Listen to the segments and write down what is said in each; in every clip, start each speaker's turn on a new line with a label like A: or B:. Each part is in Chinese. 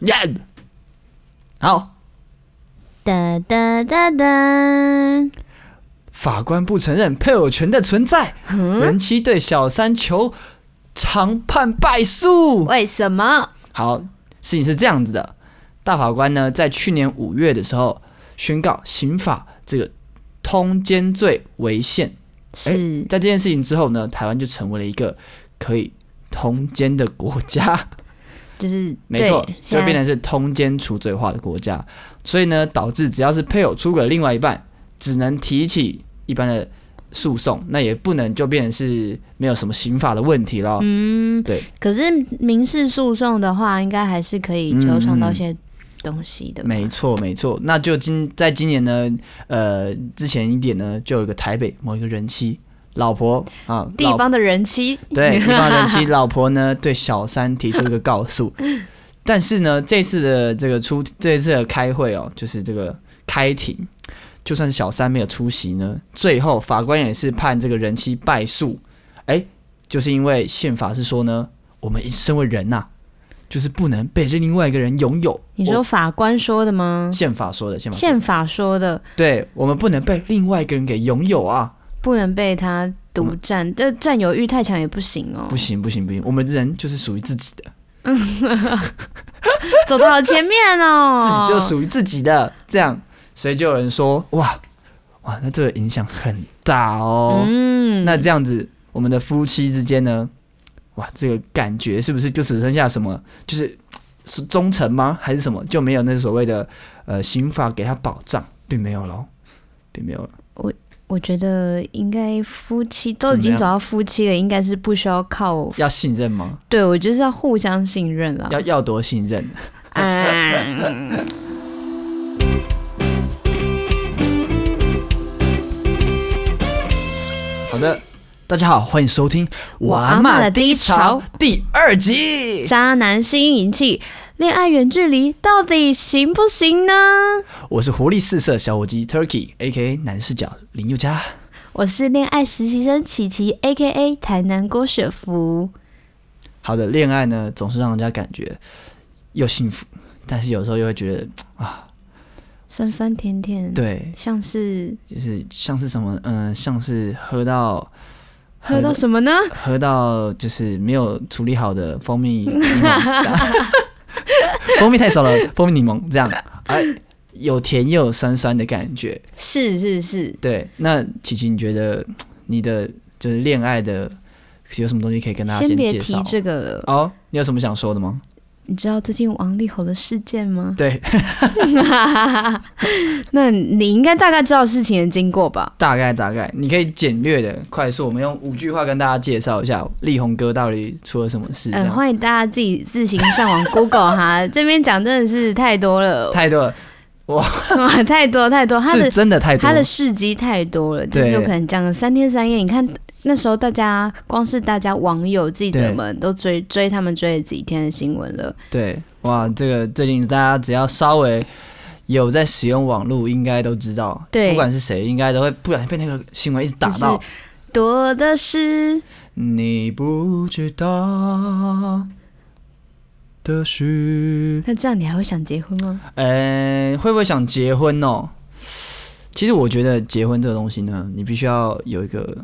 A: 耶！好，
B: 哒哒哒哒，
A: 法官不承认配偶权的存在，人妻对小三求长判败诉。
B: 为什么？
A: 好，事情是这样子的，大法官呢在去年五月的时候宣告刑法这个通奸罪违宪，
B: 是
A: 在这件事情之后呢，台湾就成为了一个可以通奸的国家，
B: 就是
A: 没错
B: 对，
A: 就
B: 现在
A: 变成是通奸除罪化的国家。所以呢，导致只要是配偶出轨另外一半，只能提起一般的诉讼，那也不能就变成是没有什么刑法的问题了。
B: 嗯，
A: 对。
B: 可是民事诉讼的话，应该还是可以求偿
A: 嗯
B: 到一些东西的吧。
A: 没错，没错。那就今在今年呢，呃，之前一点呢，就有一个台北某一个人妻老婆啊，
B: 地
A: 老
B: 方的人妻，
A: 对，地方人妻老婆呢对小三提出一个告 诉，但是呢，这次的这个出这次的开会哦，就是这个开庭，就算小三没有出席呢，最后法官也是判这个人妻败诉。哎，就是因为宪法是说呢，我们身为人呐、就是不能被另外一个人拥有。
B: 你说法官说的吗
A: 我？宪法说的，宪法说的
B: 宪法说的，
A: 对我们不能被另外一个人给拥有啊！
B: 不能被他独占，这占有欲太强也不行哦。
A: 嗯不，行不行不行，我们人就是属于自己的，
B: 走到好前面哦。
A: 自己就属于自己的，这样，所以就有人说，哇哇，那这个影响很大哦。
B: 嗯，
A: 那这样子，我们的夫妻之间呢，哇，这个感觉是不是就只剩下什么，就是是忠诚吗？还是什么？就没有那所谓的呃刑法给他保障，并没有喽，并没有了。
B: 我觉得应该夫妻都
A: 怎
B: 已
A: 么
B: 经
A: 样
B: 走到夫妻了，应该是不需要靠。
A: 要信任吗？
B: 对，我就是要互相信任了。
A: 要要多信任？
B: 啊，
A: 好的，大家好，欢迎收听《
B: 我阿嬷的低潮》
A: 第二集。
B: 渣男新引器，恋爱远距离到底行不行呢？
A: 我是活力四射小火鸡 Turkey，A.K.A 男视角林宥嘉。
B: 我是恋爱实习生琪琪，A K A 台南郭雪芙。
A: 好的，恋爱呢总是让人家感觉又幸福，但是有时候又会觉得啊，
B: 酸酸甜甜，，
A: 对，
B: 像是
A: 就是像是什么，嗯、像是喝到
B: 喝到什么呢？
A: 喝到就是没有处理好的蜂蜜柠檬， 这样蜂蜜太少了，蜂蜜柠檬这样，哎，有甜又有酸酸的感觉。
B: 是是是，
A: 对，那琪琪，你觉得嗯你的就是恋爱的有什么东西可以跟大家
B: 先别
A: 介
B: 提
A: 绍？
B: 这个了。
A: 哦，你有什么想说的吗？
B: 你知道最近王力宏的事件 吗？
A: 对，
B: 那你应该大概知道事情的经过吧？
A: 大概大概，你可以简略的、快速，我们用五句话跟大家介绍一下力宏哥到底出了什么事。这
B: 嗯，
A: 样
B: 欢迎大家自己自行上网 Google 哈，这边讲真的是太多了，
A: 太多了，
B: 哇， 太多太多，他的
A: 是真的太多
B: 他。的事迹太多了，就是
A: 对
B: 有可能讲了三天三夜。你看那时候大家光是大家网友记者
A: 对
B: 们都追追他们追了几天的新闻了，
A: 对，哇，这个最近大家只要稍微有在使用网络，应该都知道，
B: 对
A: 不管是谁，应该都会不然被那个新闻一直打到。
B: 多的是
A: 你不知道的事。
B: 那这样你还会想结婚吗？
A: 呃，会不会想结婚哦？其实我觉得结婚这个东西呢，你必须要有一个，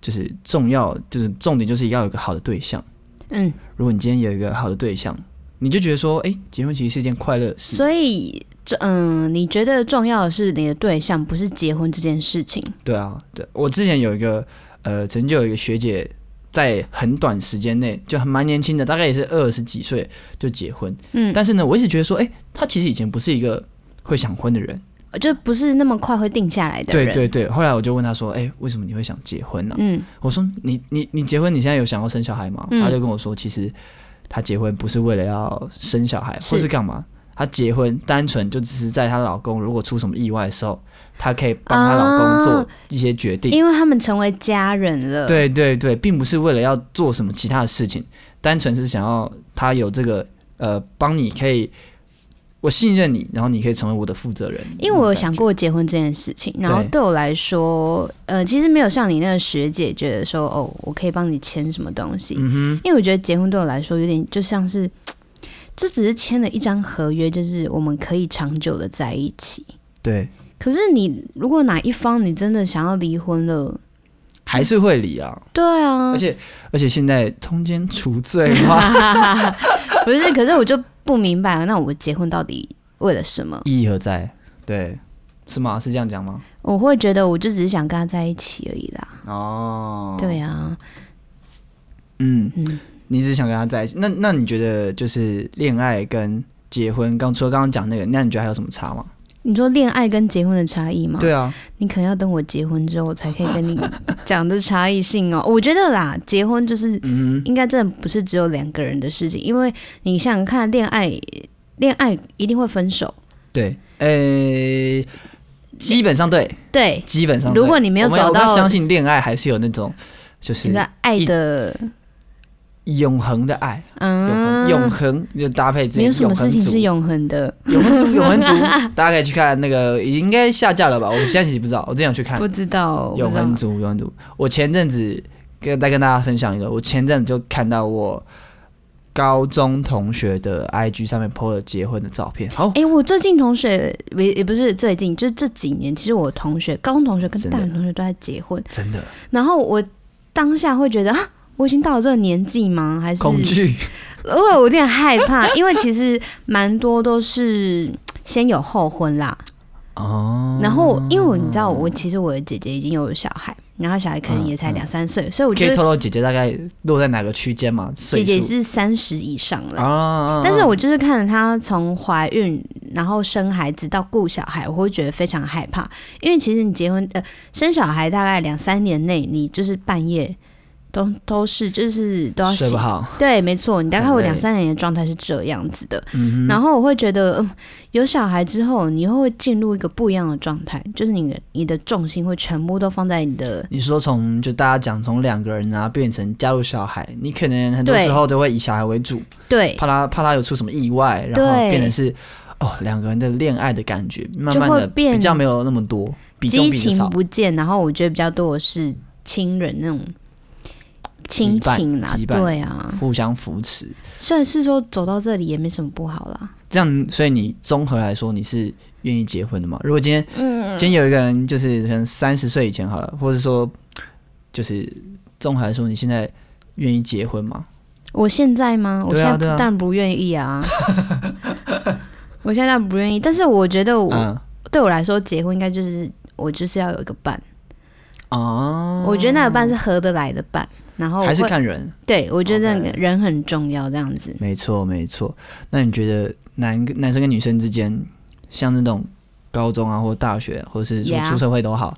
A: 就是重要，就是重点，就是要有一个好的对象。
B: 嗯，
A: 如果你今天有一个好的对象，你就觉得说，哎、结婚其实是一件快乐的事。
B: 所以这嗯，你觉得重要的是你的对象，不是结婚这件事情。
A: 对啊，对，我之前有一个，呃，曾经有一个学姐，在很短时间内就还蛮年轻的，大概也是二十几岁就结婚。
B: 嗯，
A: 但是呢，我一直觉得说，哎、她其实以前不是一个会想婚的人。
B: 嗯就不是那么快会定下来的
A: 对
B: 人。
A: 对对，后来我就问他说：“哎、为什么你会想结婚呢、
B: 嗯，
A: 我说：“你你你结婚，你现在有想要生小孩吗？”
B: 嗯
A: 他就跟我说：“其实他结婚不是为了要生小孩，
B: 是
A: 或是干嘛。他结婚单纯就只是在她老公如果出什么意外的时候，她可以帮她老公
B: 啊
A: 做一些决定。
B: 因为他们成为家人了。，
A: 对对对，并不是为了要做什么其他的事情，单纯是想要他有这个呃，帮你可以。”我信任你，然后你可以成为我的负责人。
B: 因为我有
A: 那种
B: 想
A: 感觉，
B: 过结婚这件事情，然后
A: 嗯对
B: 对我来说，呃，其实没有像你那个学姐觉得说，哦，我可以帮你签什么东西，
A: 嗯哼，
B: 因为我觉得结婚对我来说有点就像是。这只是签了一张合约，就是我们可以长久的在一起。
A: 对，
B: 可是你如果哪一方你真的想要离婚了，
A: 还是会离啊。
B: 对 啊
A: 而，且而且现在通奸除罪嘛，
B: 不是，可是我就不明白，那我结婚到底为了什么？
A: 意义何在？对，是吗？是这样讲吗？
B: 我会觉得我就只是想跟他在一起而已啦。
A: 哦，
B: 对啊，
A: 嗯，
B: 嗯
A: 你只是想跟他在一起。那那你觉得就是恋爱跟结婚，刚除了刚刚讲那个，那你觉得还有什么差吗？
B: 你说恋爱跟结婚的差异吗？
A: 对啊，
B: 你可能要等我结婚之后，我才可以跟你讲这差异性哦。我觉得啦，结婚就是
A: 嗯
B: 应该真的不是只有两个人的事情，因为你想想看，恋爱恋爱一定会分手，
A: 哼，对，呃。基本上对，
B: 对，
A: 基本上对。
B: 如果你没有
A: 我们要
B: 找到
A: 我们要相信恋爱还是有那种，就是
B: 你知道爱的
A: 永恒的爱，永
B: 嗯
A: 恒，永恒就搭配这
B: 没有什么
A: 永恒
B: 事情
A: 族
B: 是永恒的，
A: 永恒族，永恒 族，大家可以去看那个，已经应该下架了吧？我现在其实不知道，我真想去看
B: 不知道
A: 永恒
B: 不知道
A: 族，永恒族。我前阵子跟再跟大家分享一个，我前阵子就看到我高中同学的 IG 上面 po 了结婚的照片，哦好、
B: 哎、我最近同学也也不是最近，就是这几年，其实我同学高中同学跟
A: 真的
B: 大学同学都在结婚，
A: 真的
B: 然后我当下会觉得啊，我已经到了这个年纪吗？还是
A: 恐惧，
B: 因为我有点害怕， 因为其实蛮多都是先有后婚啦。哦。然后，因为我你知道，我其实我的姐姐已经有小孩，然后小孩可能也才两三岁，所以我
A: 可
B: 觉
A: 以
B: 得
A: 透露姐姐大概落在哪个区间吗？
B: 姐
A: 岁
B: 姐
A: 数
B: 是三十以上了。
A: 啊，
B: 但是我就是看着她从怀孕，然后生孩子到顾小孩，我会觉得非常害怕，因为其实你结婚呃生小孩大概两三年内，你就是半夜都都是就是都要
A: 睡
B: 醒
A: 不好，
B: 对，没错，你大概
A: 很
B: 有
A: 累
B: 两三年的状态是这样子的，
A: 嗯哼，
B: 然后我会觉得、嗯有小孩之后，你会进入一个不一样的状态，就是你的你的重心会全部都放在你的
A: 你说从就大家讲从两个人啊变成加入小孩，你可能很多
B: 对
A: 时候都会以小孩为主，
B: 对，
A: 怕他怕他有出什么意外，然后
B: 对
A: 变成是哦两个人的恋爱的感觉，慢慢
B: 就
A: 的
B: 会变
A: 比较没有那么多，比重
B: 激
A: 比较
B: 情
A: 少，
B: 不见，然后我觉得比较多的是亲人那种亲
A: 羁绊
B: 情啦，
A: 羁绊
B: 对啊，
A: 互相扶持，
B: 虽然是说走到这里也没什么不好啦，
A: 这样所以你综合来说你是愿意结婚的吗？如果今天、今天有一个人就是可能三十岁以前好了，或者说就是综合来说你现在愿意结婚吗？
B: 我现在吗？我
A: 对
B: 现
A: 啊
B: 在
A: 对啊
B: 当然不愿意啊， 我现在当然不愿意，但是我觉得我、
A: 嗯
B: 对我来说，结婚应该就是我就是要有一个伴，
A: 哦，
B: 我觉得那个伴是合得来的伴，然后我
A: 还是
B: 会
A: 看哦人，
B: 对我觉得那个
A: OK
B: 人很重要，这样子。
A: 没错没错。那你觉得男跟男生跟女生之间，像那种高中啊，或大学，或是说
B: Yeah
A: 出社会都好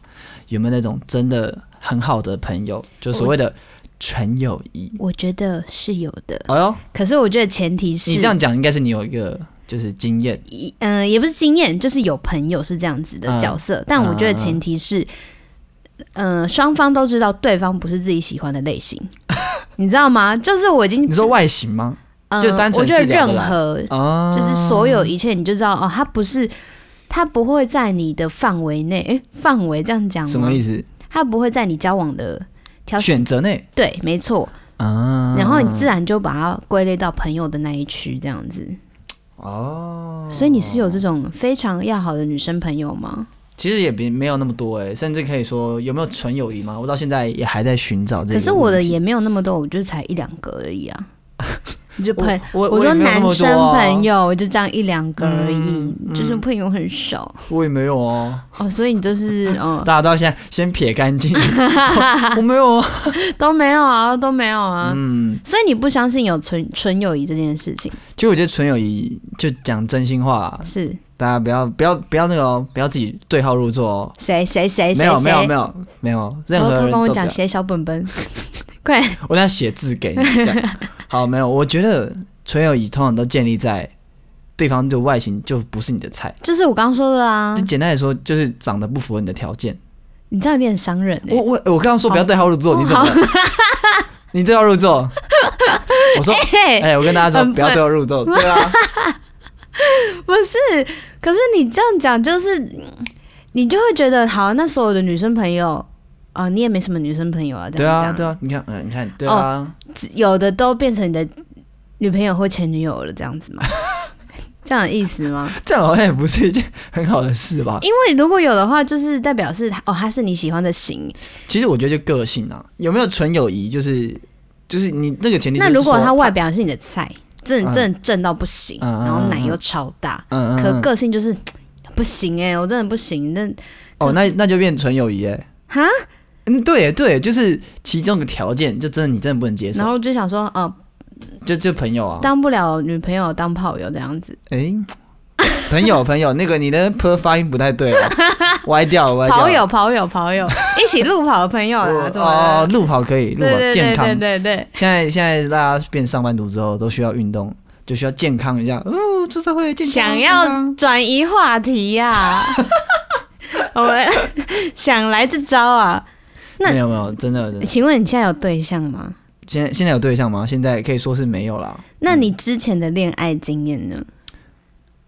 A: 有没有那种真的很好的朋友，就所谓的纯友谊？
B: 我觉得是有的，
A: 哎呦，
B: 可是我觉得前提是
A: 你这样讲应该是你有一个就是经验，
B: 一嗯、也不是经验，就是有朋友是这样子的
A: 嗯
B: 角色，但我觉得前提是，嗯、双方都知道对方不是自己喜欢的 类型，你知道吗？就是我已经
A: 你说外形吗？
B: 嗯
A: 就单纯
B: 我觉得
A: 是聊得
B: 任
A: 来
B: 何
A: 啊，
B: 就是所有一切，你就知道哦，他不是他不会在你的范围内，诶范围这样讲
A: 什么意
B: 思？
A: 思？
B: 他不会在你交往的挑选，
A: 选择内
B: 对，没错。
A: 啊，
B: 然后你自然就把它归类到朋友的那一区这样子。
A: 哦，
B: 所以你是有这种非常要好的女生朋友吗？
A: 其实也比没有那么多哎、甚至可以说有没有纯友谊吗？我到现在也还在寻找这个
B: 可
A: 问题。
B: 是我的也没有那么多，我就才一两个而 已啊。你就朋，
A: 我
B: 我说
A: 也没有那
B: 男
A: 么多
B: 生
A: 啊
B: 朋友，我就这样一两个而已
A: 嗯，嗯
B: 就是朋友 很少
A: 我也没有哦，
B: 哦。所以 你就是嗯
A: 大家都要先先撇干 净。我我没有啊，
B: 都没有啊，都没有啊。
A: 嗯，
B: 所以你不相信有纯纯友谊这件事情
A: 其实我觉得纯友谊就讲真心话，
B: 是
A: 大家不要不要不要那个哦，不要自己对号入座哦。
B: 谁谁谁
A: 没
B: 谁
A: 有
B: 谁
A: 没有没有没有，任何
B: 偷偷
A: 人
B: 跟我
A: 都不
B: 讲
A: 要
B: 写小本本， 快
A: 我等下写字给你。这样 好，没有，我觉得纯友谊通常都建立在对方的外形就不是你的菜，
B: 就是我刚刚说的啊
A: 就，简单来说就是长得不符合你的条件。
B: 你这样有点伤人、欸。
A: 我我我刚刚说不要对号入座，
B: 哦好
A: 你怎么了？你对号入座？ 我说
B: 嘿，
A: 哎、我跟大家
B: 很
A: 说，不要对号入 座，对啊，
B: 不是，可是你这样讲，就是嗯你就会觉得，好，那所有的女生朋友，啊、你也没什么女生朋友啊，这
A: 对
B: 样哦
A: 啊，
B: 讲，
A: 对啊，你看，嗯、你看，对啊，
B: 只有的都变成你的女朋友或前女友了这样子 吗？这样有意思吗？
A: 这样好像也不是一件很好的事吧？
B: 因为如果有的话，就是代表是哦，他是你喜欢的型。
A: 其实我觉得就个性啊，有没有纯友谊，就是就是你那个前提就是
B: 那
A: 说。
B: 如果他外表是你的菜，正
A: 嗯
B: 正正到不行，
A: 嗯嗯
B: 然后奶
A: 嗯嗯
B: 又超大，
A: 嗯嗯
B: 可
A: 嗯
B: 个性就是不行哎、我真的不行。那
A: 哦，那那就变纯友谊哎。
B: 哈，
A: 嗯，对耶对耶，就是其中的条件，就真的你真的不能接
B: 然
A: 受，
B: 后就想说，呃，
A: 就就朋友啊，
B: 当不了女朋友，当炮友这样子，
A: 哎，朋 友朋友，那个你的 p 发音不太对了，歪掉了歪掉了。
B: 跑友跑友 跑友，一起路跑的朋友
A: 我
B: 啦，怎么
A: 哦
B: 了？，
A: 路跑可以，路
B: 对
A: 跑
B: 对
A: 健
B: 对
A: 康。
B: 对对对，
A: 现在现在大家变上班族之后，都需要运动，就需要健康一下。哦，这社会健康。
B: 想
A: 健
B: 要
A: 康啊
B: 转移话题呀、 我们想来这招啊。那
A: 没有没有，真的真的
B: 请问你现在有对象吗？
A: 现在现在有对象吗？现在可以说是没有啦。
B: 那你之前的恋爱经验呢？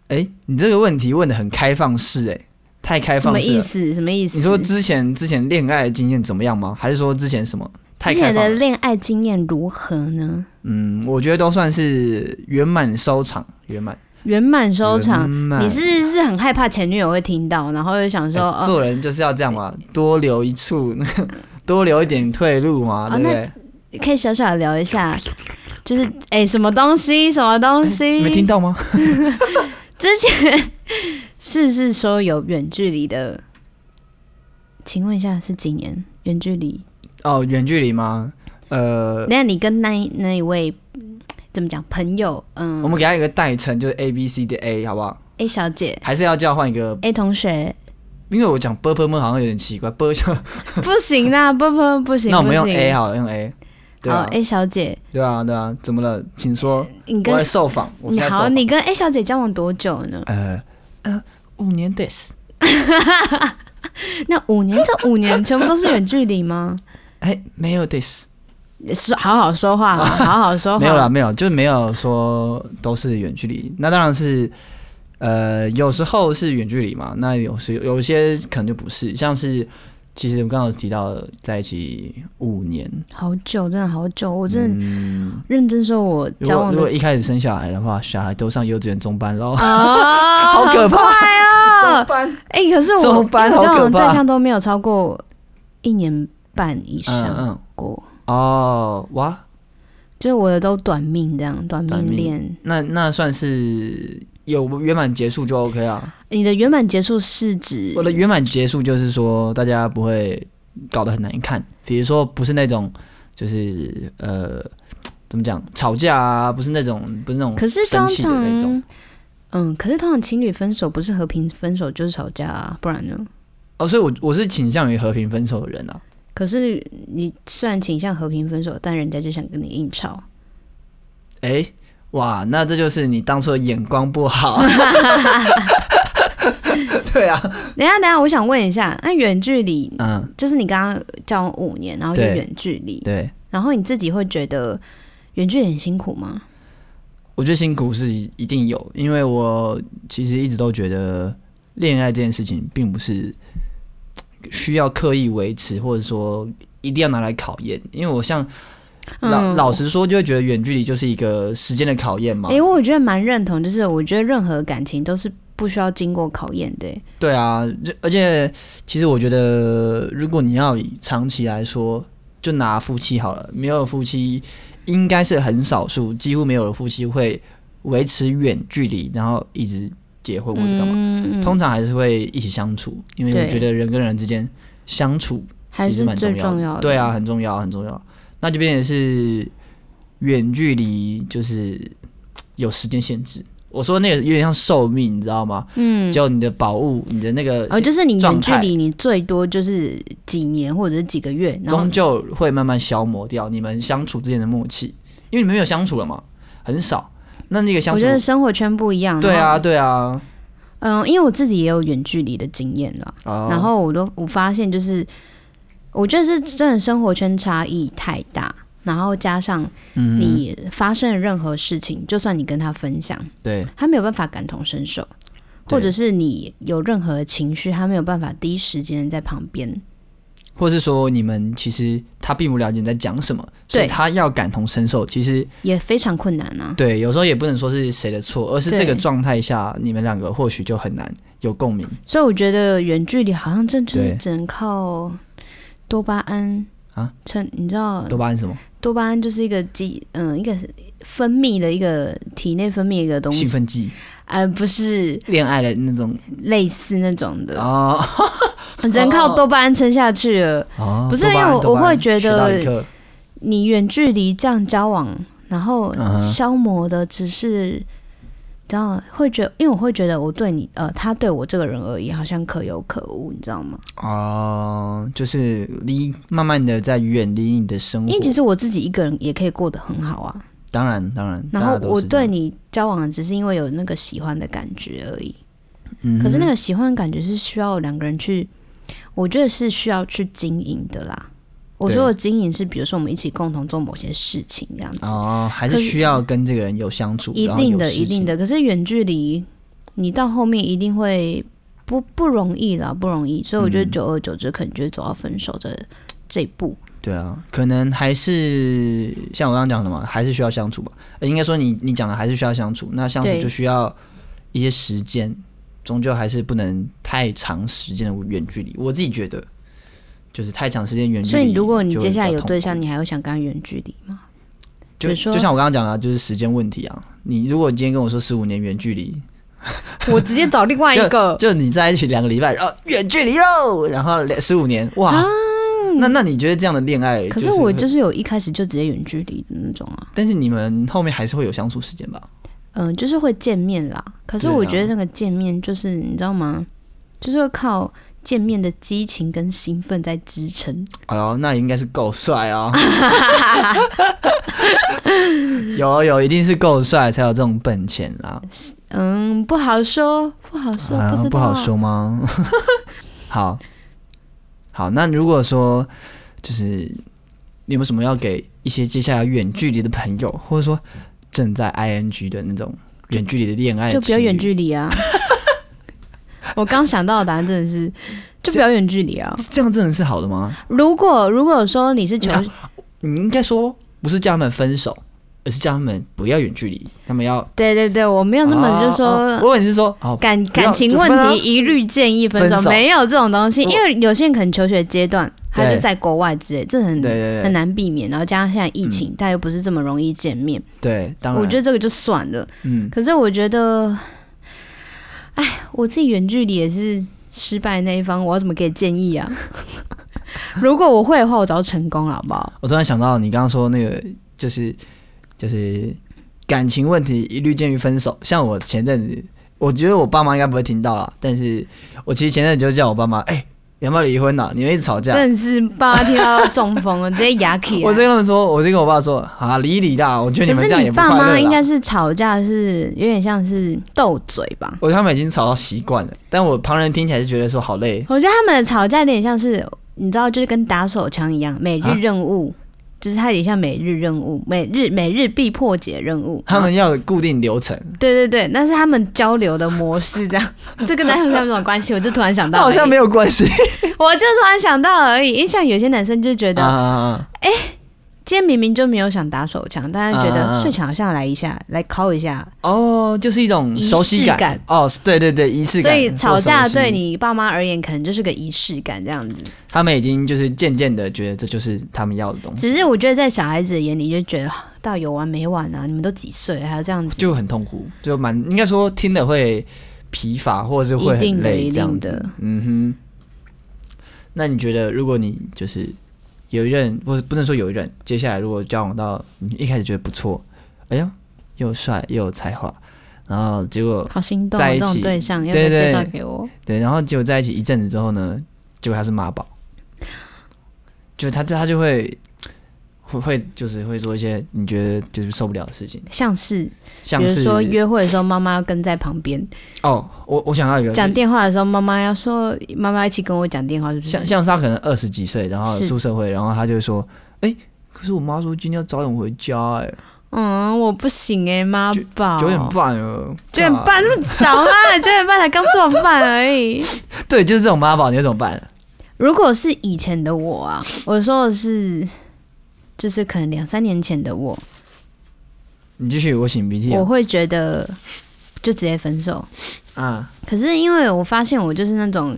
A: 哎，你这个问题问的很开放式，哎，太开
B: 什
A: 放
B: 么
A: 式
B: 意
A: 了。
B: 思？什么意思？
A: 你说之前之前恋爱经验怎么样吗？还是说之前什么？太
B: 之
A: 开
B: 前
A: 放
B: 的
A: 了。
B: 恋爱经验如何呢？
A: 嗯，我觉得都算是圆满收场，圆满
B: 圆满收
A: 圆
B: 场。
A: 满
B: 你是是很害怕前女友会听到，然后又想说，
A: 哎
B: 哦，
A: 做人就是要这样嘛，多留一处， 多留一点退路嘛，
B: 哦
A: 对不对？
B: 可以小小的聊一下，就是哎、什么东西，什么东西？
A: 哎你没听到吗？
B: 之前是不是说有远距离的？请问一下是几年远距离？
A: 哦，远距离吗？呃，
B: 那你跟那一那一位嗯怎么讲朋友？嗯，
A: 我们给他一个代称，就是 A B C 的 A，好不好？
B: A 小姐
A: 还是要叫换一个，
B: A 同 学
A: 因为我讲 b p m 好像有点奇怪 b 就
B: 不行啦，不不不行，
A: 那我们用
B: 不行
A: A 好了，用 A。对
B: 好
A: 啊，
B: A 小姐，
A: 对啊，对啊，怎么了？请说，
B: 你
A: 我
B: 跟
A: 在受访，我
B: 你
A: 现在受
B: 好，
A: 访。
B: 你跟 A 小姐交往多久呢？
A: 呃呃，五年 this，
B: 那五年，这五年全部都是远距离吗？
A: 哎，没有 this，
B: 是好好说 话啦，好哦好说话。
A: 没有啦，没有，就没有说都是远距离。那当然是，呃，有时候是远距离嘛，那有时有一些可能就不是，像是其实我刚刚有提到的在一起五年，
B: 好久，真的好久，我真的
A: 嗯，
B: 认真说，我
A: 如
B: 交
A: 果
B: 往
A: 如
B: 的
A: 果一开始生小孩的话，小孩都上幼稚园中班喽，
B: 啊，
A: 好可怕
B: 很快 啊！
A: 班，
B: 哎、可是我
A: 中班
B: 因为我交
A: 好可
B: 往
A: 怕
B: 对象都没有超过一年半以
A: 嗯
B: 上
A: 嗯，
B: 过，
A: 哦，哇，
B: 就是我的都短命这样，短
A: 短
B: 命
A: 命
B: 恋。
A: 那那算是有圆满结束就 OK 啊啦。
B: 你的圆满结束是指
A: 我的圆满结束就是说，大家不会搞得很难看，比如说不是那种就是呃怎么讲吵架啊，不是那种不是那种
B: 可是
A: 生
B: 通
A: 气的那种
B: 常，嗯，可是通常情侣分手不是和平分手就是吵架啊，不然呢？
A: 哦，所以我我是倾向于和平分手的人啊。
B: 可是你虽然倾向和平分手，但人家就想跟你硬吵。
A: 诶，哇，那这就是你当初的眼光不好。 对啊，
B: 等一下，等一下，我想问一下，那远距离
A: 嗯，
B: 就是你刚刚交往五年，然后就
A: 对
B: 远距离，
A: 对，
B: 然后你自己会觉得远距离很辛苦吗？
A: 我觉得辛苦是一定有，因为我其实一直都觉得恋爱这件事情并不是需要刻意维持，或者说一定要拿来考验。因为我像老、
B: 嗯
A: 老实说，就会觉得远距离就是一个时间的考验嘛。
B: 诶、我觉得蛮认同，就是我觉得任何感情都是不需要经过考验的、
A: 对啊，就而且其实我觉得，如果你要以长期来说，就拿夫妻好了，没有夫妻应该是很少数，几乎没有的夫妻会维持远距离，然后一直结婚或者干嘛。
B: 嗯，嗯
A: 通常还是会一起相处，因为我
B: 对
A: 觉得人跟人之间相处
B: 还
A: 其实
B: 是
A: 蛮
B: 最
A: 重要的，
B: 要的。
A: 对啊，，很重要，很重要。那就变成是远距离，就是有时间限制。我说那个有点像寿命，你知道吗？
B: 嗯，
A: 就你的宝物，你的那个
B: 哦，就是你
A: 状
B: 远距
A: 态
B: 离，你最多就是几年或者是几个月，然后
A: 终究会慢慢消磨掉你们相处之间的默契，因为你们没有相处了嘛，很少。那那个相
B: 我
A: 处
B: 觉，得生活圈不一样。
A: 对
B: 然后
A: 啊，对啊，
B: 嗯，因为我自己也有远距离的经验啦，
A: 哦
B: 然后我都我发现就是，我觉得是真的生活圈差异太大，然后加上
A: 嗯
B: 你发生的任何事情，就算你跟他分享，
A: 对
B: 他没有办法感同身受，
A: 对
B: 或者是你有任何情绪，他没有办法第一时间在旁边
A: 或是说你们其实他并不了解你在讲什么，所以
B: 对
A: 他要感同身受，其实
B: 也非常困难啊。
A: 对，有时候也不能说是谁的错，而是
B: 对
A: 这个状态下你们两个或许就很难有共鸣
B: 所以我觉得远距离好像真的就是
A: 对
B: 只能靠多巴胺
A: 啊，
B: 成你知道
A: 多巴胺是什么
B: 多巴胺就是一个激嗯、一个分泌的一个体内分泌的一个东西
A: 兴，奋剂，
B: 而、不是
A: 恋爱的那种
B: 类似那种的，
A: 哦
B: 只能靠多巴胺撑下去了。
A: 哦，
B: 不是
A: 多巴胺
B: 因为我
A: 多巴胺
B: 我会觉得
A: 学到一课
B: 你远距离这样交往，然后
A: 嗯哼
B: 消磨的只是，你知道会觉因为我会觉得我对你，呃，他对我这个人而言好像可有可无，你知道吗？
A: 哦，就是离慢慢的在远离你的生活，
B: 因为其实我自己一个人也可以过得很好啊。
A: 当然当然，
B: 然
A: 大
B: 后
A: 家都
B: 我
A: 是这样
B: 对，你交往只是因为有那个喜欢的感觉而已。
A: 嗯哼
B: 可是那个喜欢的感觉是需要两个人去，我觉得是需要去经营的啦。我
A: 对
B: 说的经营是，比如说我们一起共同做某些事情这样子。
A: 哦，还是
B: 可是
A: 需要跟这个人有相处，
B: 一
A: 然后有
B: 定的，
A: 事
B: 一定
A: 情
B: 的。可是远距离，你到后面一定会不不容易啦，不容易。所以我觉得
A: 嗯
B: 久而久之，可能就会走到分手的这一步。
A: 对啊，可能还是像我刚刚讲的嘛，还是需要相处吧。呃应该说你你讲的还是需要相处，那相处
B: 对
A: 就需要一些时间，终究还是不能太长时间的远距离。我自己觉得，就是太长时间远距离就
B: 所
A: 会比较痛苦。
B: 以，如果你接下来有对象，你还会想跟他远距离吗？
A: 就
B: 比如说
A: 就像我刚刚讲的啊，就是时间问题啊。你如果今天跟我说十五年远距离，，
B: 我直接找另外一个
A: 就你在一起两个礼拜，然后远距离喽，然后十五年，哇，那那你觉得这样的恋爱？
B: 啊可是 我
A: 会
B: 就是有一开始就直接远距离的那种啊，
A: 但是你们后面还是会有相处时间吧？
B: 嗯、就是会见面啦。可是
A: 对啊
B: 我觉得那个见面就是你知道吗？就是会靠见面的激情跟兴奋在支撑。
A: 哎呦，那应该是够帅哦！ 有有，一定是够帅才有这种本钱啦。啊
B: 嗯，不好说，不好说，不知道，
A: 不好说吗？ 好，好，那如果说就是你有没有什么要给一些接下来远距离的朋友，或者说正在 ing 的那种远距离的恋爱情
B: 就
A: 侣，
B: 不要远距离啊！ 我刚想到的答案真的是，就不要远距离啊！
A: 这样真的是好的吗？
B: 如果如果说你是求，
A: 啊你应该说不是叫他们分手，而是叫他们不要远距离，他们要
B: 对对对，我没有那么就说、
A: 哦哦我以为你是说哦
B: 感
A: 要
B: 感情
A: 就
B: 问
A: 分啊
B: 题一律建议分手，
A: 分手
B: 没有这种东西，
A: 我
B: 因为有些人可能求学阶段他
A: 对
B: 就在国外之类，这很
A: 对对
B: 很
A: 对
B: 难避免，然后加上现在疫情，大家又不是这么容易见面，
A: 对，当然，
B: 我觉得这个就算了。
A: 嗯，
B: 可是我觉得，哎，我自己远距离也是失败那一方，我要怎么给建议 啊？如果我会的话，我早就成功了，好不好？
A: 我突然想到你刚刚说那个，就是就是感情问题一律建议分手。像我前阵子，我觉得我爸妈应该不会听到啦，但是我其实前阵子就叫我爸妈，哎、你要不要离婚啊？你们一直吵架。
B: 真的是爸妈听到中 风了，直接牙起
A: 我
B: 来。
A: 就跟他们说，我就跟我爸说，啊，离一离啦，我觉得你
B: 可
A: 们这
B: 是
A: 样
B: 你
A: 也不快
B: 爸
A: 乐
B: 妈
A: 啦
B: 应该是吵架是有点像是斗嘴吧？
A: 我他们已经吵到习惯了，但我旁人听起来就觉得说好累，
B: 我觉得他们的吵架有点像是，你知道，就是跟打手枪一样，每
A: 啊
B: 日任务，就是它有点像每日任务，每日每日必破解任务。
A: 他们要有固定流程。
B: 对对对，那是他们交流的模式，这样， 这跟男友有什么关系？我就突然想
A: 那
B: 到，
A: 好像没，有关 系
B: 我就突然想到而已。因为像有些男生就觉
A: 啊
B: 得，
A: 啊啊！
B: 今天明明就没有想打手枪，但是觉
A: 啊啊
B: 得
A: 啊
B: 睡前好像来一下，来敲一下，
A: 哦，就是一种
B: 仪
A: 熟悉
B: 式
A: 感
B: 感
A: 哦，对对对，仪式
B: 所
A: 感。
B: 以吵架
A: 或熟悉
B: 对你爸妈而言，可能就是个仪式感这样子。
A: 他们已经就是渐渐的觉得这就是他们要的东西，
B: 只是我觉得在小孩子的眼里，就觉得啊到底有完没完啊？你们都几岁还要这样子？
A: 就很痛苦，就蛮应该说听了会疲乏，或者是会
B: 一
A: 很
B: 定的
A: 累
B: 一
A: 这样
B: 定
A: 子
B: 的。
A: 嗯哼，那你觉得如果你就是有一任，或者不能说有一任，接下来如果交往到你一开始觉得不错，哎呀，又帅又有才华，然后结果
B: 好心动哦，
A: 在一
B: 这
A: 起
B: 种对象要不要
A: 对对
B: 介绍给我？
A: 对，然后结果在一起一阵子之后呢，结果他是妈宝，就他他就会会会就是会做一些你觉得就是受不了的事情，
B: 像是比
A: 像
B: 如
A: 是
B: 说约会的时候，妈妈要跟在旁边；
A: 哦，我我想到一个
B: 讲电话的时候，妈妈要说妈妈一起跟我讲电话，是不是
A: 像？像是他可能二十几岁，然后
B: 是
A: 出社会，然后他就会说，哎、可是我妈说今天要早点回家、哎，
B: 嗯，我不行哎、妈宝，
A: 九点，半了，
B: 九点
A: 啊，
B: 半那么早吗？九点半才刚吃完饭而已。
A: 对，就是这种妈宝，你会怎么办？
B: 如果是以前的我啊，我说的是，就是可能两三年前的我，
A: 你继续，我擤鼻涕
B: 我
A: 哦
B: 会觉得就直接分手。
A: 啊，
B: 可是因为我发现我就是那种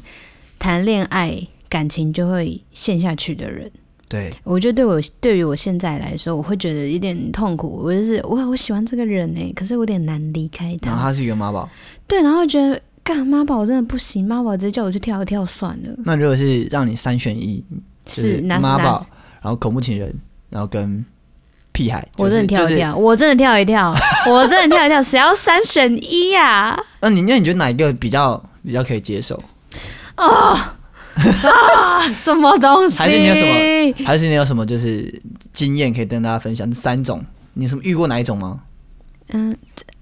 B: 谈恋爱感情就会陷下去的人，
A: 对，
B: 我觉得对我对于我现在来说，我会觉得有点痛苦。我就是哇，我喜欢这个人呢、可是我有点难离开
A: 然后
B: 他。
A: 他是一个妈宝。
B: 对，然后我觉得干妈宝我真的不行，妈宝直接叫我去跳一跳算了。
A: 那如果是让你三选一，就是
B: 是拿
A: 妈
B: 拿
A: 宝，然后恐怖情人，然后跟屁孩，
B: 我
A: 就是
B: 真的跳一。
A: 就是
B: 跳，我真的跳 一跳，我真的跳一跳，谁要三选一啊呀、
A: 那你那你觉得哪一个比较比较可以接受？
B: 啊？哦什么东西？
A: 还是你有什还是你有什么就是经验可以跟大家分享？这三种，你有什么遇过哪一种吗？
B: 嗯，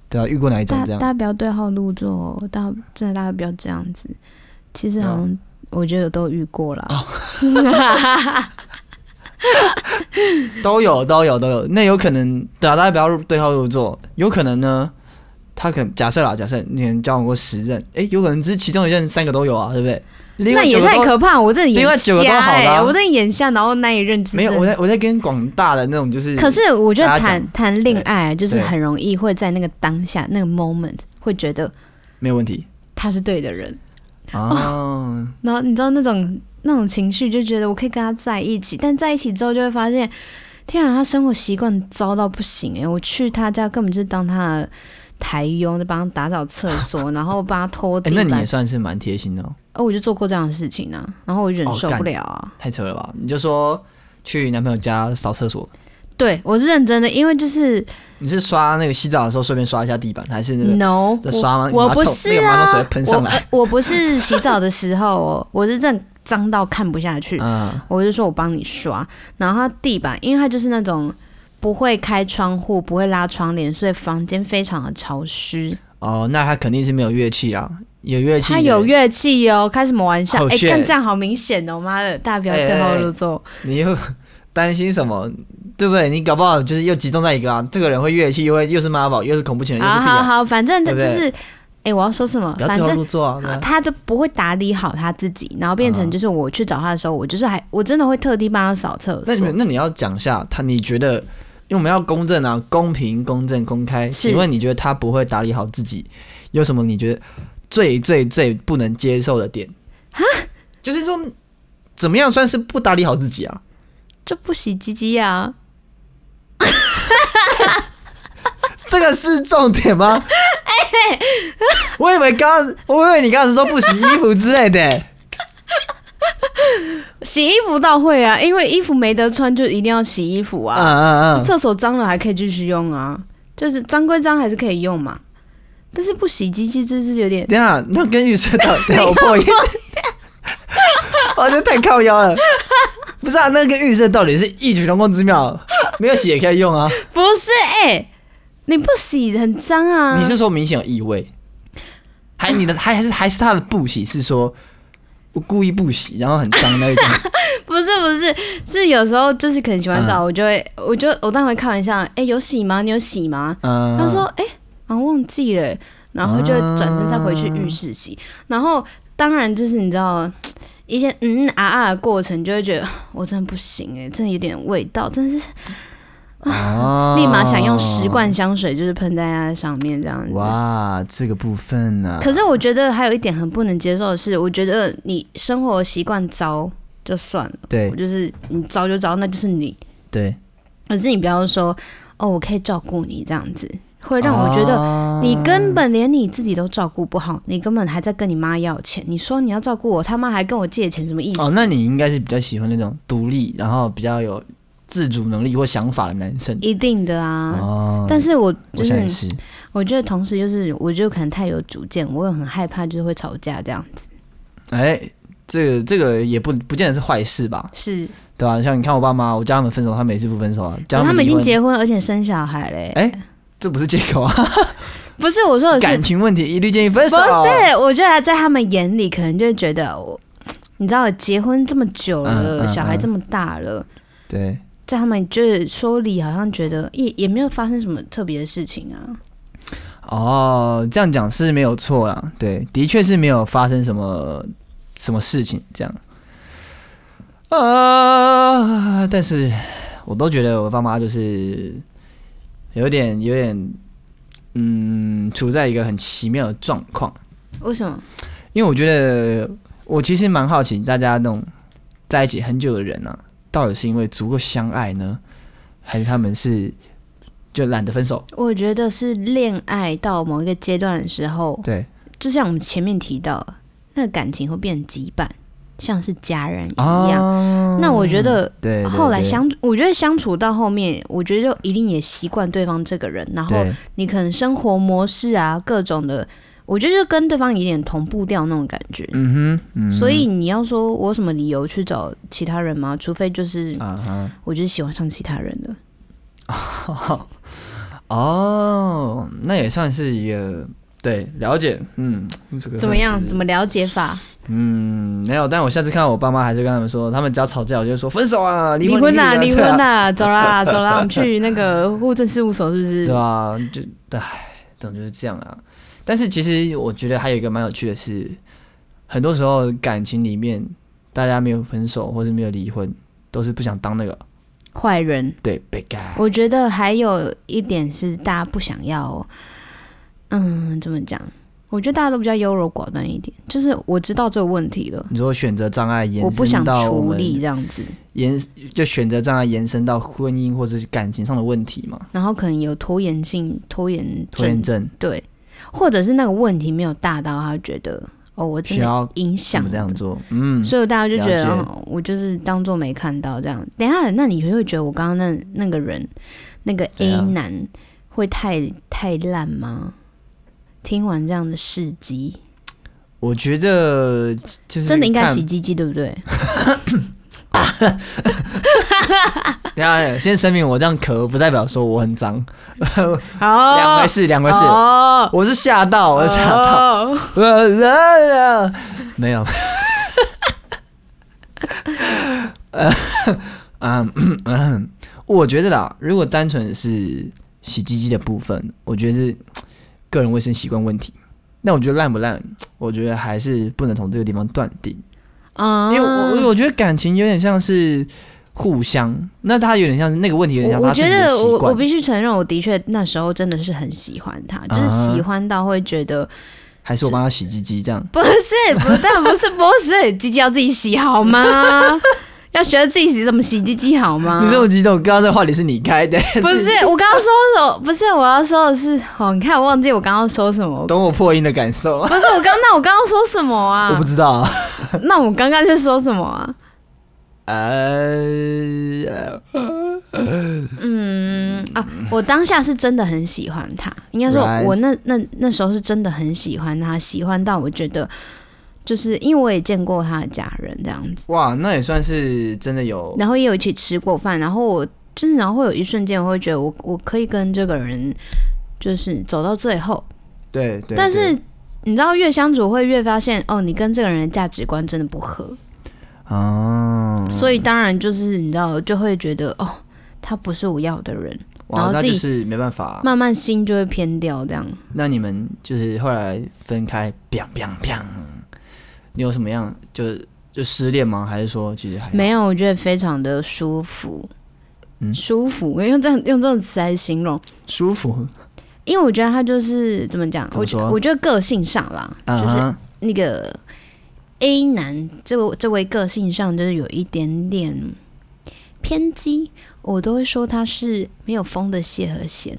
A: 对啊，遇过哪一种
B: 大
A: 这
B: 大
A: 样？
B: 家不要对号入座哦，大家真的大家不要这样子。其实好
A: 啊
B: 像我觉得都遇过了，
A: 都有，都有，都有。那有可能，对啊，大家不要入对号入座。有可能呢，他可能假设啦，假设你可能交往过十任，诶，有可能只是其中一任三个都有啊，对不对？另
B: 那
A: 外九
B: 也
A: 个
B: 太
A: 都
B: 可怕！我真的
A: 另外
B: 眼
A: 九个都
B: 瞎
A: 好
B: 哎、
A: 啦
B: 我真的眼瞎，然后难以认知。
A: 没有。我在我在跟广大的那种就是，
B: 可是我觉
A: 大
B: 得
A: 家
B: 谈谈恋爱啊就是
A: 对
B: 很容易会在那个当下那个 moment 会觉得
A: 没有问题
B: 他是对的人，
A: 哦。
B: 然后你知道那种那种情绪，就觉得我可以跟他在一起，但在一起之后就会发现，天啊，他生活习惯糟到不行诶、欸我去他家根本就是当他的台佣，就帮他打扫厕 所，然后帮他拖
A: 哎、
B: 地
A: 那你
B: 板
A: 也。算是蛮贴心的、哦，
B: 哦，我就做过这样的事情啊，然后我忍
A: 哦
B: 受
A: 干
B: 不了啊。
A: 太扯了吧？你就说去男朋友家扫厕所，
B: 对我是认真的，因为就是
A: 你是刷那个洗澡的时候顺便刷一下地板，还是那个
B: no，
A: 在刷吗？
B: 我
A: 马
B: 不
A: 桶
B: 是
A: 那个马
B: 啊
A: 桶水喷上来，
B: 我、呃我不是洗澡的时候哦，我是真的脏到看不下去，
A: 嗯，
B: 我就说我帮你刷，然后它地板，因为它就是那种不会开窗户、不会拉窗帘，所以房间非常的潮湿。
A: 哦，那他肯定是没有乐器啊，有乐器
B: 它有，乐器哦，开什么玩笑？
A: Oh
B: 哎、
A: shit
B: 看这样好明显哦，妈的，大家不要
A: 哎
B: 对号
A: 哎哎
B: 入座。
A: 你又 担心什么？对不对？你搞不好就是又集中在一个啊，这个人会乐器，又会又是妈宝，又是恐怖情人，又
B: 好
A: 是屁
B: 好
A: 孩，
B: 好，反正这
A: 对
B: 就
A: 不对
B: 是，哎、我要说什么？
A: 不要
B: 啊反
A: 对号
B: 正
A: 入座啊！对
B: 啊
A: 啊
B: 他就不会打理好他自己，然后变成
A: 嗯
B: 就是我去找他的时候，我就是还我真的会特地帮他扫厕
A: 那你们
B: 所。
A: 那你要讲一下他，你觉得？因为我们要公正啊，公平、公正、公开。
B: 是
A: 请问你觉得他不会打理好自己，有什么你觉得最最最不能接受的点？就是说，怎么样算是不打理好自己啊？
B: 就不洗鸡鸡啊？
A: 这个是重点吗？我以为刚刚，我以为你刚刚说不洗衣服之类的、
B: 洗衣服倒会啊，因为衣服没得穿就一定要洗衣服
A: 嗯
B: 啊。
A: 嗯嗯，
B: 厕所脏了还可以继续用啊，就是脏归脏还是可以用嘛。但是不洗机器就是有点
A: 等一下，那跟预设到底有破音？我觉得太靠腰了。不是啊，那跟预设到底是异曲同工之妙，没有洗也可以用啊。
B: 不是哎、你不洗很脏啊。
A: 你是说明显有异味，还你
B: 嗯
A: 的还还是还是他的不洗是说我故意不洗，然后很脏那一种。
B: 不是不是是有时候就是可能洗完澡我就会，我就我当然会开玩笑，哎、有洗吗？你有洗吗？
A: 嗯，
B: 他说：“哎、好像忘记了欸。”然后就转身再回去浴室洗。
A: 嗯
B: 然后当然就是你知道一些嗯啊啊的过程，就会觉得我真的不行哎、真的有点味道，真的是
A: 哦
B: 立马想用十罐香水就是喷在它上面这样子。
A: 哇，这个部分呢、啊，
B: 可是我觉得还有一点很不能接受的是，我觉得你生活习惯糟就算了，
A: 对
B: 我就是你糟就糟，那就是你。
A: 对，
B: 可是你不要说哦，我可以照顾你这样子，会让我觉得
A: 得
B: 你根本连你自己都照顾不好，你根本还在跟你妈要钱。你说你要照顾我，他妈还跟我借钱，什么意思？
A: 哦，那你应该是比较喜欢那种独立，然后比较有自主能力或想法的男生。
B: 一定的啊。
A: 哦，
B: 但是我
A: 我
B: 就
A: 想
B: 是
A: 也，是。
B: 我觉得同时就是，我就可能太有主见，我也很害怕，就是会吵架这样子。
A: 哎，这个这个也不不见得是坏事吧，
B: 是，
A: 对吧、像你看我爸妈，我叫他们分手，他们每次不分手啊，叫
B: 可哦他
A: 们
B: 们已
A: 离
B: 经
A: 婚，
B: 结婚，而且生小孩嘞、
A: 哎，这不是借口啊，
B: 不是我说的哦是
A: 感，情问题一律建议分
B: 不
A: 手。
B: 是？我觉得在他们眼里，可能就会觉得我，你知道，结婚这么久了，
A: 嗯嗯
B: 小孩
A: 嗯
B: 这么大了。
A: 对，
B: 在他们就是说理，好像觉得也也没有发生什么特别的事情啊。
A: 哦，这样讲是没有错啦，对，的确是没有发生什么什么事情这样。啊，但是我都觉得我爸妈就是有点有点，嗯，处在一个很奇妙的状况。
B: 为什么？
A: 因为我觉得我其实蛮好奇，大家那种在一起很久的人啊，到底是因为足够相爱呢，还是他们是就懒得分手？
B: 我觉得是恋爱到某一个阶段的时候，
A: 对
B: 就像我们前面提到的，那个感情会变羁绊，像是家人一
A: 啊，
B: 样。那我觉得
A: 对，对
B: 后来
A: 对
B: 相，我觉得相处到后面，我觉得就一定也习惯对方这个人，然后
A: 对
B: 你可能生活模式啊，各种的，我觉得就跟对方有点同步掉那种感觉。
A: 嗯哼，嗯哼
B: 所以你要说我有什么理由去找其他人吗？除非就是
A: 啊哈。
B: 我就是喜欢上其他人的，
A: 哦，那也算是一个对了解，嗯，这个
B: 怎么
A: 算
B: 样？
A: 是
B: 怎么了解法？
A: 嗯，没有，但我下次看到我爸妈还是跟他们说，他们只要吵架，我就说分手啊，离
B: 婚
A: 啦，
B: 啦，离
A: 对
B: 婚
A: 啊，
B: 啦，走啦， 走啦，我们去那个户政事务所，是不是
A: 对？啊，就唉，这种就是这样啊。但是其实我觉得还有一个蛮有趣的是，很多时候感情里面大家没有分手或者没有离婚，都是不想当那个
B: 坏人。
A: 对被盖。
B: 我觉得还有一点是大家不想要，嗯，怎么讲？我觉得大家都比较优柔寡断一点，就是我知道这个问题了，
A: 你说选择障碍延
B: 我不
A: 伸
B: 想
A: 到我
B: 处
A: 们
B: 理这样子，
A: 延就选择障碍延伸到婚姻或者是感情上的问题嘛？
B: 然后可能有拖延性、拖延症，
A: 拖延症
B: 对，或者是那个问题没有大到他觉得哦，我真
A: 需
B: 的
A: 要
B: 影
A: 怎
B: 响
A: 么这样
B: 了
A: 做？嗯，
B: 所以大家就觉得，
A: 了解
B: 哦我就是当做没看到这样。等一下，那你会觉得我刚刚那那个人，那个
A: 怎
B: A
A: 样
B: 男会太太烂吗？听完这样的事迹，
A: 我觉得就是
B: 真的应该
A: 看
B: 洗鸡鸡，对不 对？
A: 等一下，哎先声明，我这样咳不代表说我很脏，
B: 哦
A: 两回事，两回事。
B: 哦，
A: 我是吓到，我是吓到，
B: 哦，
A: 呃没 有。呃，嗯，嗯我觉得啦，如果单纯是洗鸡鸡的部分，我觉得是个人卫生习惯问题。那我觉得烂不烂，我觉得还是不能从这个地方断定。
B: 嗯
A: 因为我我我觉得感情有点像是互相，那他有点像是那个问题，有点像
B: 我
A: 他
B: 我
A: 自己
B: 觉
A: 的
B: 得
A: 习
B: 我我
A: 惯。
B: 必须承认，我的确那时候真的是很喜欢他，就是
A: 啊
B: 喜欢到会觉得
A: 还是我帮他洗鸡鸡这样？
B: 不是，不但不是不 是，鸡鸡要自己洗好吗？要学着自己洗怎么洗鸡鸡好吗？
A: 你这么激动，刚刚这话题是你开的，
B: 啊不是，我刚刚说什么？不是，我要说的是，哦，你看我忘记我刚刚说什么。
A: 懂我破音的感受吗？
B: 不是我刚，那我刚刚说什么
A: 我
B: 啊
A: 不？知道啊，
B: 那我刚刚在说什么啊？
A: 呃，
B: 嗯啊，我当下是真的很喜欢他，应该说
A: Right
B: 我那那那时候是真的很喜欢他，喜欢到我觉得，就是因为我也见过他的家人这样子。
A: 哇，那也算是真的有
B: 然后也有一起吃过饭，然后我就是，然后会有一瞬间，我会觉得我我可以跟这个人就是走到最后，
A: 对对，
B: 但是
A: 对
B: 你知道越相处会越发现，哦，你跟这个人的价值观真的不合，
A: 哦，
B: 所以当然就是你知道就会觉得哦，他不是我要的人，然
A: 哇，
B: 后
A: 那
B: 自
A: 就
B: 己
A: 是哎没办法。
B: 慢慢心就会偏掉这样。
A: 那你们就是后来分开，biang biang biang，你有什么样就就失恋吗？还是说其实还好
B: 没有，我觉得非常的舒服，
A: 嗯
B: 舒服，用这样用这种词来形容，
A: 舒服？
B: 因为我觉得他就是怎么讲，
A: 怎么
B: 我觉
A: 说
B: 我觉得个性上啦，
A: 啊
B: 就是
A: 哈，
B: 那个 A 男这位这位个性上就是有一点点偏激，我都会说他是没有风的谢和弦，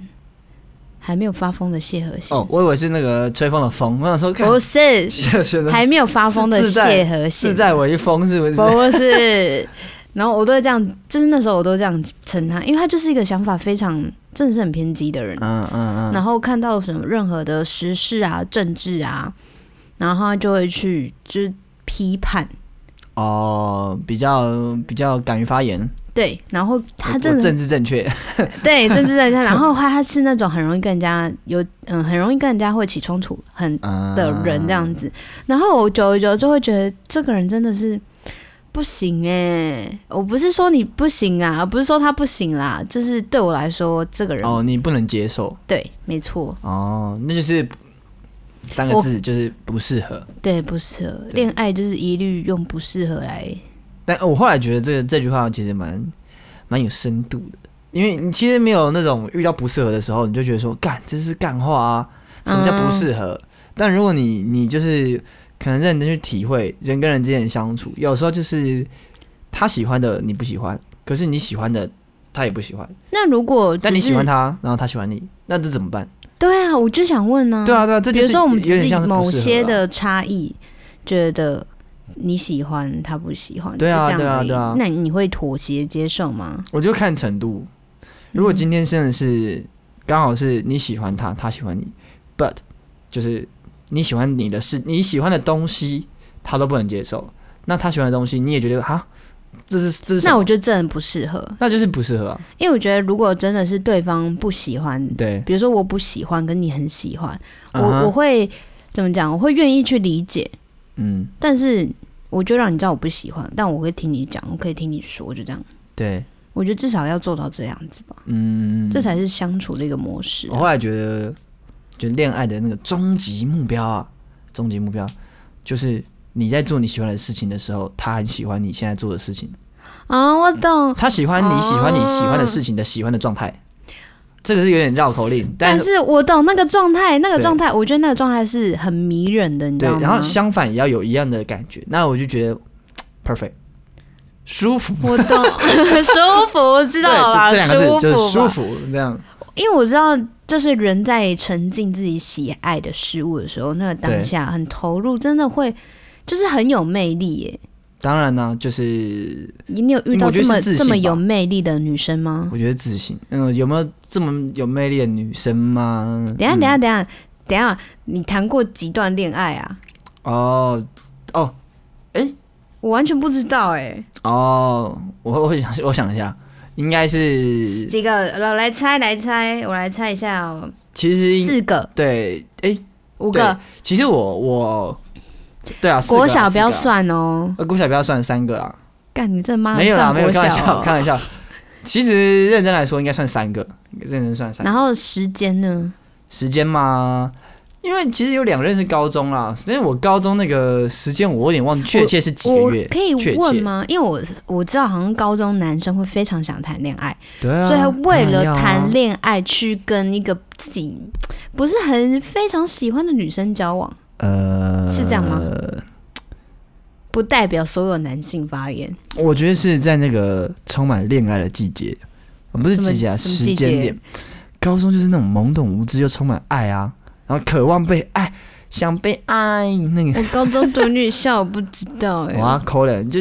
B: 还没有发疯的谢和弦，
A: 哦，我以为是那个吹风的风，我想说，看
B: 不是
A: 谢谢
B: 还没有发疯的谢和
A: 是
B: 弦，
A: 在我一风是不是？
B: 不是。然后我都会这样，就是那时候我都这样称他，因为他就是一个想法非常真的是很偏激的人。
A: 嗯嗯嗯，
B: 然后看到什么任何的时事啊、政治啊，然后他就会去就是批判。
A: 哦，比较比较敢于发言，
B: 对，然后他
A: 我
B: 真
A: 我
B: 的
A: 政治正确，
B: 对政治正确，然后他他是那种很容易跟人家有嗯，很容易跟人家会起冲突很
A: 嗯
B: 的人这样子，
A: 啊
B: 然后我久而久之就会觉得这个人真的是不行哎、我不是说你不行啊，不是说他不行啦，就是对我来说这个人、
A: 哦，你不能接受
B: 对，没错，
A: 哦，那就是三个
B: 我
A: 字，就是不适合。
B: 对不适合
A: 对
B: 恋爱就是一律用不适合来
A: 但呃我后来觉得这个这句话其实蛮蛮有深度的，因为你其实没有那种遇到不适合的时候，你就觉得说干这是干话啊，什么叫不适合？
B: 嗯
A: 但如果你你就是可能认真去体会人跟人之间的相处，有时候就是他喜欢的你不喜欢，可是你喜欢的他也不喜欢，
B: 那如果
A: 但你
B: 只
A: 喜欢
B: 是，
A: 他，然后他喜欢你，那这怎么办？
B: 对啊，我就想问呢、
A: 对啊，对啊，这
B: 比
A: 就
B: 如
A: 是
B: 说我们
A: 有
B: 只
A: 点像是不
B: 某
A: 适合
B: 些
A: 啊
B: 的差异，觉得你喜欢他不喜欢，
A: 对啊
B: 就这样而已
A: 对啊对啊
B: 那你会妥协接受吗？
A: 我就看程度。如果今天真的是刚好是你喜欢他，他喜欢你，but 就是你喜欢你的事，你喜欢的东西，他都不能接受。那他喜欢的东西，你也觉得哈，这是这是什
B: 那
A: 么
B: 我就真的不适合，
A: 那就是不适合、啊。
B: 因为我觉得如果真的是对方不喜欢，
A: 对，
B: 比如说我不喜欢跟你很喜欢，我、
A: 嗯哼
B: 我会怎么讲？我会愿意去理解，
A: 嗯，
B: 但是我就让你知道我不喜欢，但我会听你讲，我可以听你说，就这样。
A: 对，
B: 我觉得至少要做到这样子吧，
A: 嗯，哦
B: 这才是相处的一个模式
A: 我
B: 啊、
A: 后来觉得，就恋爱的那个终极目标啊，终极目标就是你在做你喜欢的事情的时候，他很喜欢你现在做的事情。
B: 啊，我懂。
A: 他喜欢你喜欢你喜欢的事情的喜欢的状态，这个是有点绕口令，但
B: 但
A: 是
B: 是我懂那个状态，那个
A: 对
B: 状态，我觉得那个状态是很迷人的，你知
A: 对
B: 道，吗？
A: 然后相反也要有一样的感觉，那我就觉得 perfect，舒服，
B: 我 懂，舒服，知
A: 对，
B: 道了吧？
A: 就这两个字就是舒
B: 吧
A: 服，这样
B: 因为我知道，就是人在沉浸自己喜爱的事物的时候，那个当下很投入，真的会就是很有魅力耶。
A: 当然呢、就是
B: 你你有遇到嗯
A: 我觉
B: 这
A: 得是
B: 么
A: 自信吧
B: 这么有魅力的女生吗？
A: 我觉得自信，嗯，有没有这么有魅力的女生吗？
B: 等一下，
A: 嗯
B: 等一下，等一下，等一下，你谈过几段恋爱啊？
A: 哦
B: 我完全不知道哎、
A: 哦，我我想 我想一下，应该是
B: 几个？来来猜，来猜，我来猜一下哦。
A: 其实应
B: 四个、
A: 对，哎、
B: 五
A: 对
B: 个，，
A: 其实我我对啊，四个啊
B: 国小不要。
A: 四个啊
B: 算哦。
A: 呃，郭小不要算三个啦，
B: 干，你这妈
A: 没有啦，
B: 上
A: 没有
B: 国
A: 开玩
B: 啊小
A: 笑，开
B: 哦。
A: 玩笑。其实认真来说，应该算三个，认真算三个。
B: 然后时间呢？
A: 时间嘛，因为其实有两任是高中啦，因为我高中那个时间我有点忘记确切是几
B: 我
A: 个月，
B: 可以
A: 确
B: 问
A: 切
B: 吗？因为我我知道好像高中男生会非常想谈恋爱，
A: 对啊，
B: 所以为了
A: 当然要啊
B: 谈恋爱去跟一个自己不是很非常喜欢的女生交往，
A: 呃，
B: 是这样吗？不代表所有男性发 言。
A: 我觉得是在那个充满恋爱的季节，呃不是
B: 什么
A: 季节啊，
B: 什么季
A: 时间
B: 节
A: 点。高中就是那种懵懂无知又充满爱啊，然后渴望被爱，想被爱那个。
B: 我高中读女校，我不知道哎、
A: 哇，扣人就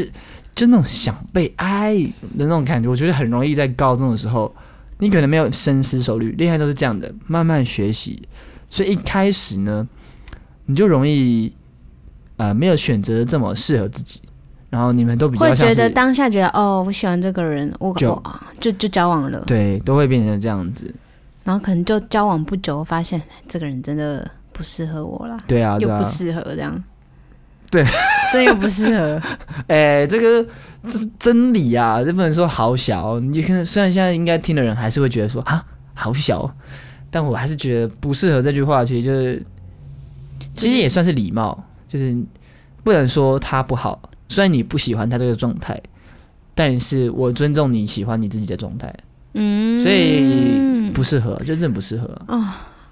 A: 就那种想被爱的那种感觉，我觉得很容易在高中的时候，你可能没有深思熟虑，恋爱都是这样的，慢慢学习，所以一开始呢，你就容易呃没有选择这么适合自己，然后你们都比较
B: 会
A: 像
B: 觉得
A: 是
B: 当下觉得哦，我喜欢这个人，我
A: 就
B: 我啊就就交往了，
A: 对，都会变成这样子，
B: 然后可能就交往不久，发现这个人真的不适合我啦，
A: 对啊，
B: 又
A: 对啊
B: 不，适合这样，
A: 对，
B: 真又不适合。
A: 哎、这个这是真理啊，这不能说好小，你就看，虽然现在应该听的人还是会觉得说啊好小，但我还是觉得不适合这句话，其实就是其实也算是礼貌，就是不能说他不好，虽然你不喜欢他这个状态，但是我尊重你喜欢你自己的状态，
B: 嗯，
A: 所以不适合，就真的不适合。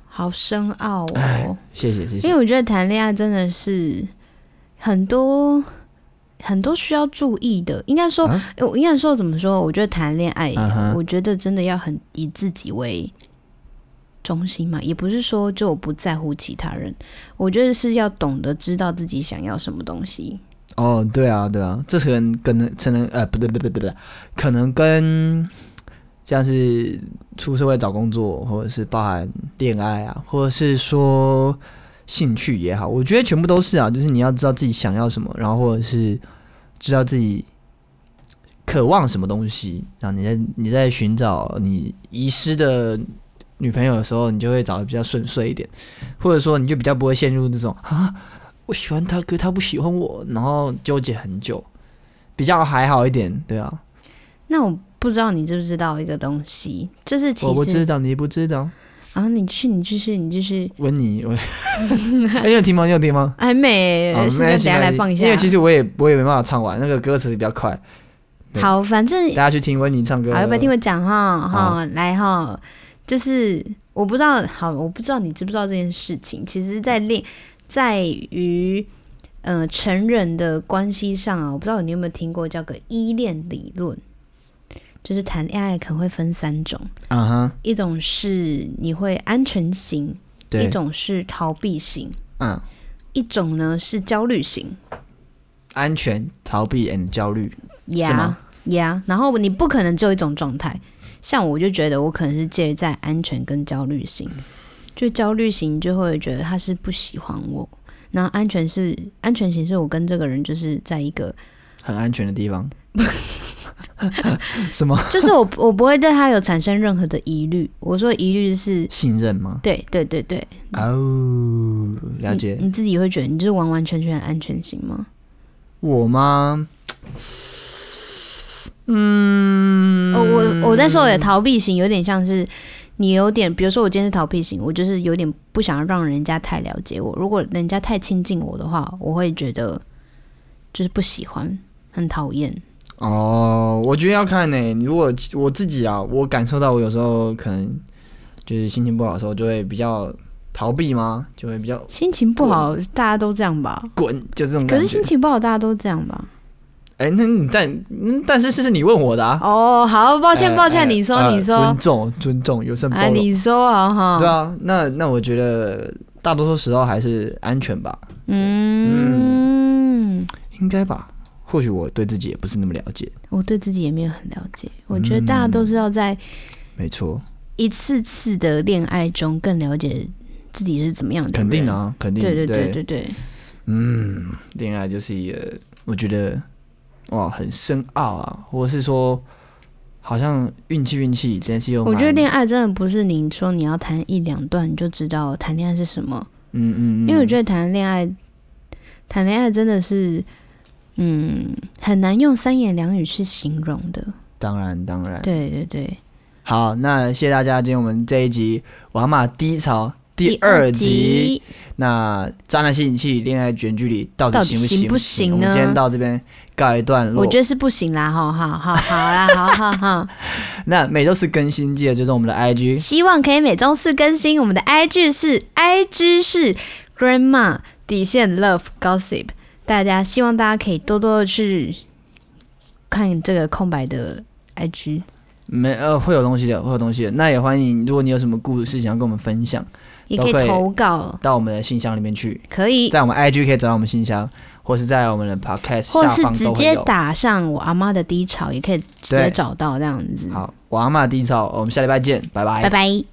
B: 好深奥
A: 哎
B: 哦，
A: 谢谢谢
B: 因
A: 谢，
B: 为我觉得谈恋爱真的是很多很多需要注意的。应该说，
A: 啊
B: 诶我应该说怎么说？我觉得谈恋爱
A: 嗯哼
B: 我觉得真的要很以自己为中心嘛，也不是说就我不在乎其他人，我觉得是要懂得知道自己想要什么东西。
A: 哦，对啊，对啊，这可能可能可能呃，不对不对不对不对，可能跟像是出社会找工作，或者是包含恋爱啊，或者是说兴趣也好，我觉得全部都是啊，就是你要知道自己想要什么，然后或者是知道自己渴望什么东西，然后你在你在寻找你遗失的女朋友的时候，你就会找的比较顺遂一点，或者说你就比较不会陷入这种啊，我喜欢他，可是他不喜欢我，然后纠结很久，比较还好一点，对啊，
B: 那我不知道你知不知道一个东西，就是其
A: 我不
B: 实
A: 知道，你不知道，
B: 然后啊你去，你继续，你继续，
A: 温妮，我， 哎，你有听吗？你有听吗？
B: 还美
A: 哦，，
B: 哎是
A: 没
B: 呃
A: 关
B: 不是等
A: 系
B: 下来放一下
A: 因为。其实我也我也没办法唱完，那个歌词比较快，对
B: 好，反正
A: 大哦家去听温妮唱歌。
B: 好，要不要听我讲哈？
A: 好
B: 哈，来哈，就是我不知道，好，我不知道你知不知道这件事情。其实在，恋在于呃成人的关系上啊，我不知道你有没有听过叫个依恋理论，就是谈恋爱可能会分三种，
A: 啊哈，
B: 一种是你会安全型，一
A: 对，
B: 种是逃避型，
A: 嗯，
B: 一种呢是焦虑型。
A: 安全、逃避 and 焦虑，是
B: 呀
A: 吗
B: 呀，然后你不可能只有一种状态。像我就觉得我可能是介于在安全跟焦虑型，就焦虑型就会觉得他是不喜欢我，然后安全是安全型是我跟这个人就是在一 个，
A: 很安全的地方。什么
B: 就是我我不会对他有产生任何的疑虑。我说疑虑是
A: 信任吗？
B: 对对对对，
A: 哦，了解。
B: 你自己会觉得你就是完完全全的安全型吗？
A: 我吗？嗯
B: 哦，我我在说我的逃避型有点像是你有点，比如说我今天是逃避型，我就是有点不想让人家太了解我。如果人家太亲近我的话，我会觉得就是不喜欢，很讨厌。
A: 哦，我觉得要看呢、如果我自己啊，我感受到我有时候可能就是心情不好的时候，就会比较逃避吗？就会比较
B: 心情不好，大家都这样吧？
A: 滚，就这种
B: 可
A: 感
B: 是
A: 觉
B: 心。情不好，大家都这样吧？
A: 哎、那你但嗯但是这是你问我的啊。
B: 哦，好，抱歉，
A: 哎
B: 抱歉，
A: 哎
B: 你说，
A: 呃
B: 你说
A: 尊，重尊重，有甚包
B: 哎，
A: 容。
B: 你说啊哈，
A: 对啊，那那我觉得大多数时候还是安全吧，
B: 嗯，
A: 应该吧。或许我对自己也不是那么了解，
B: 我对自己也没有很了解，我觉得大家
A: 嗯
B: 都是要在。
A: 没错，
B: 一次次的恋爱中更了解自己是怎么样的人。
A: 肯定，啊，肯定，
B: 对对对
A: 对
B: 对对，
A: 嗯，恋爱就是一个，我觉得哇，很深奥啊，或是说好像运气运气，但是又
B: 我觉得
A: 蛮
B: 恋爱真的不是你说你要谈一两段你就知道谈恋爱是什么，
A: 嗯嗯，嗯
B: 因为我觉得谈恋爱，谈恋爱真的是。嗯，很难用三言两语去形容的。
A: 当然当然
B: 对对对，
A: 好，那谢谢大家，今天我们这一集《王马低潮》第二集，
B: 集
A: 那渣男吸引器恋爱远距离到
B: 到
A: 底
B: 底
A: 行不
B: 行不行
A: 我
B: 呢
A: 们今天到这边告一段落。
B: 我觉得是不行啦，哈，好好好啦，好好好，
A: 那每周四更新，记得追踪我们的 IG。
B: 希望可以每周四更新。我们的 IG 是 IG 是 Grandma 底线 Love Gossip，大家希望大家可以多多地去看这个空白的 IG。
A: 没呃，会有东西的，会有东西的。那也欢迎，如果你有什么故事想要跟我们分享，
B: 也可以
A: 都可以
B: 投稿，
A: 到我们的信箱里面去，
B: 可以，
A: 在我们 IG 可以找到我们信箱，或是在我们的 Podcast
B: 或
A: 下
B: 是
A: 方
B: 直
A: 都会
B: 接
A: 有。
B: 打上我阿妈的低潮，也可以直接
A: 对
B: 找到这样子。
A: 好，我阿妈低潮，我们下礼拜见，拜拜
B: 拜拜。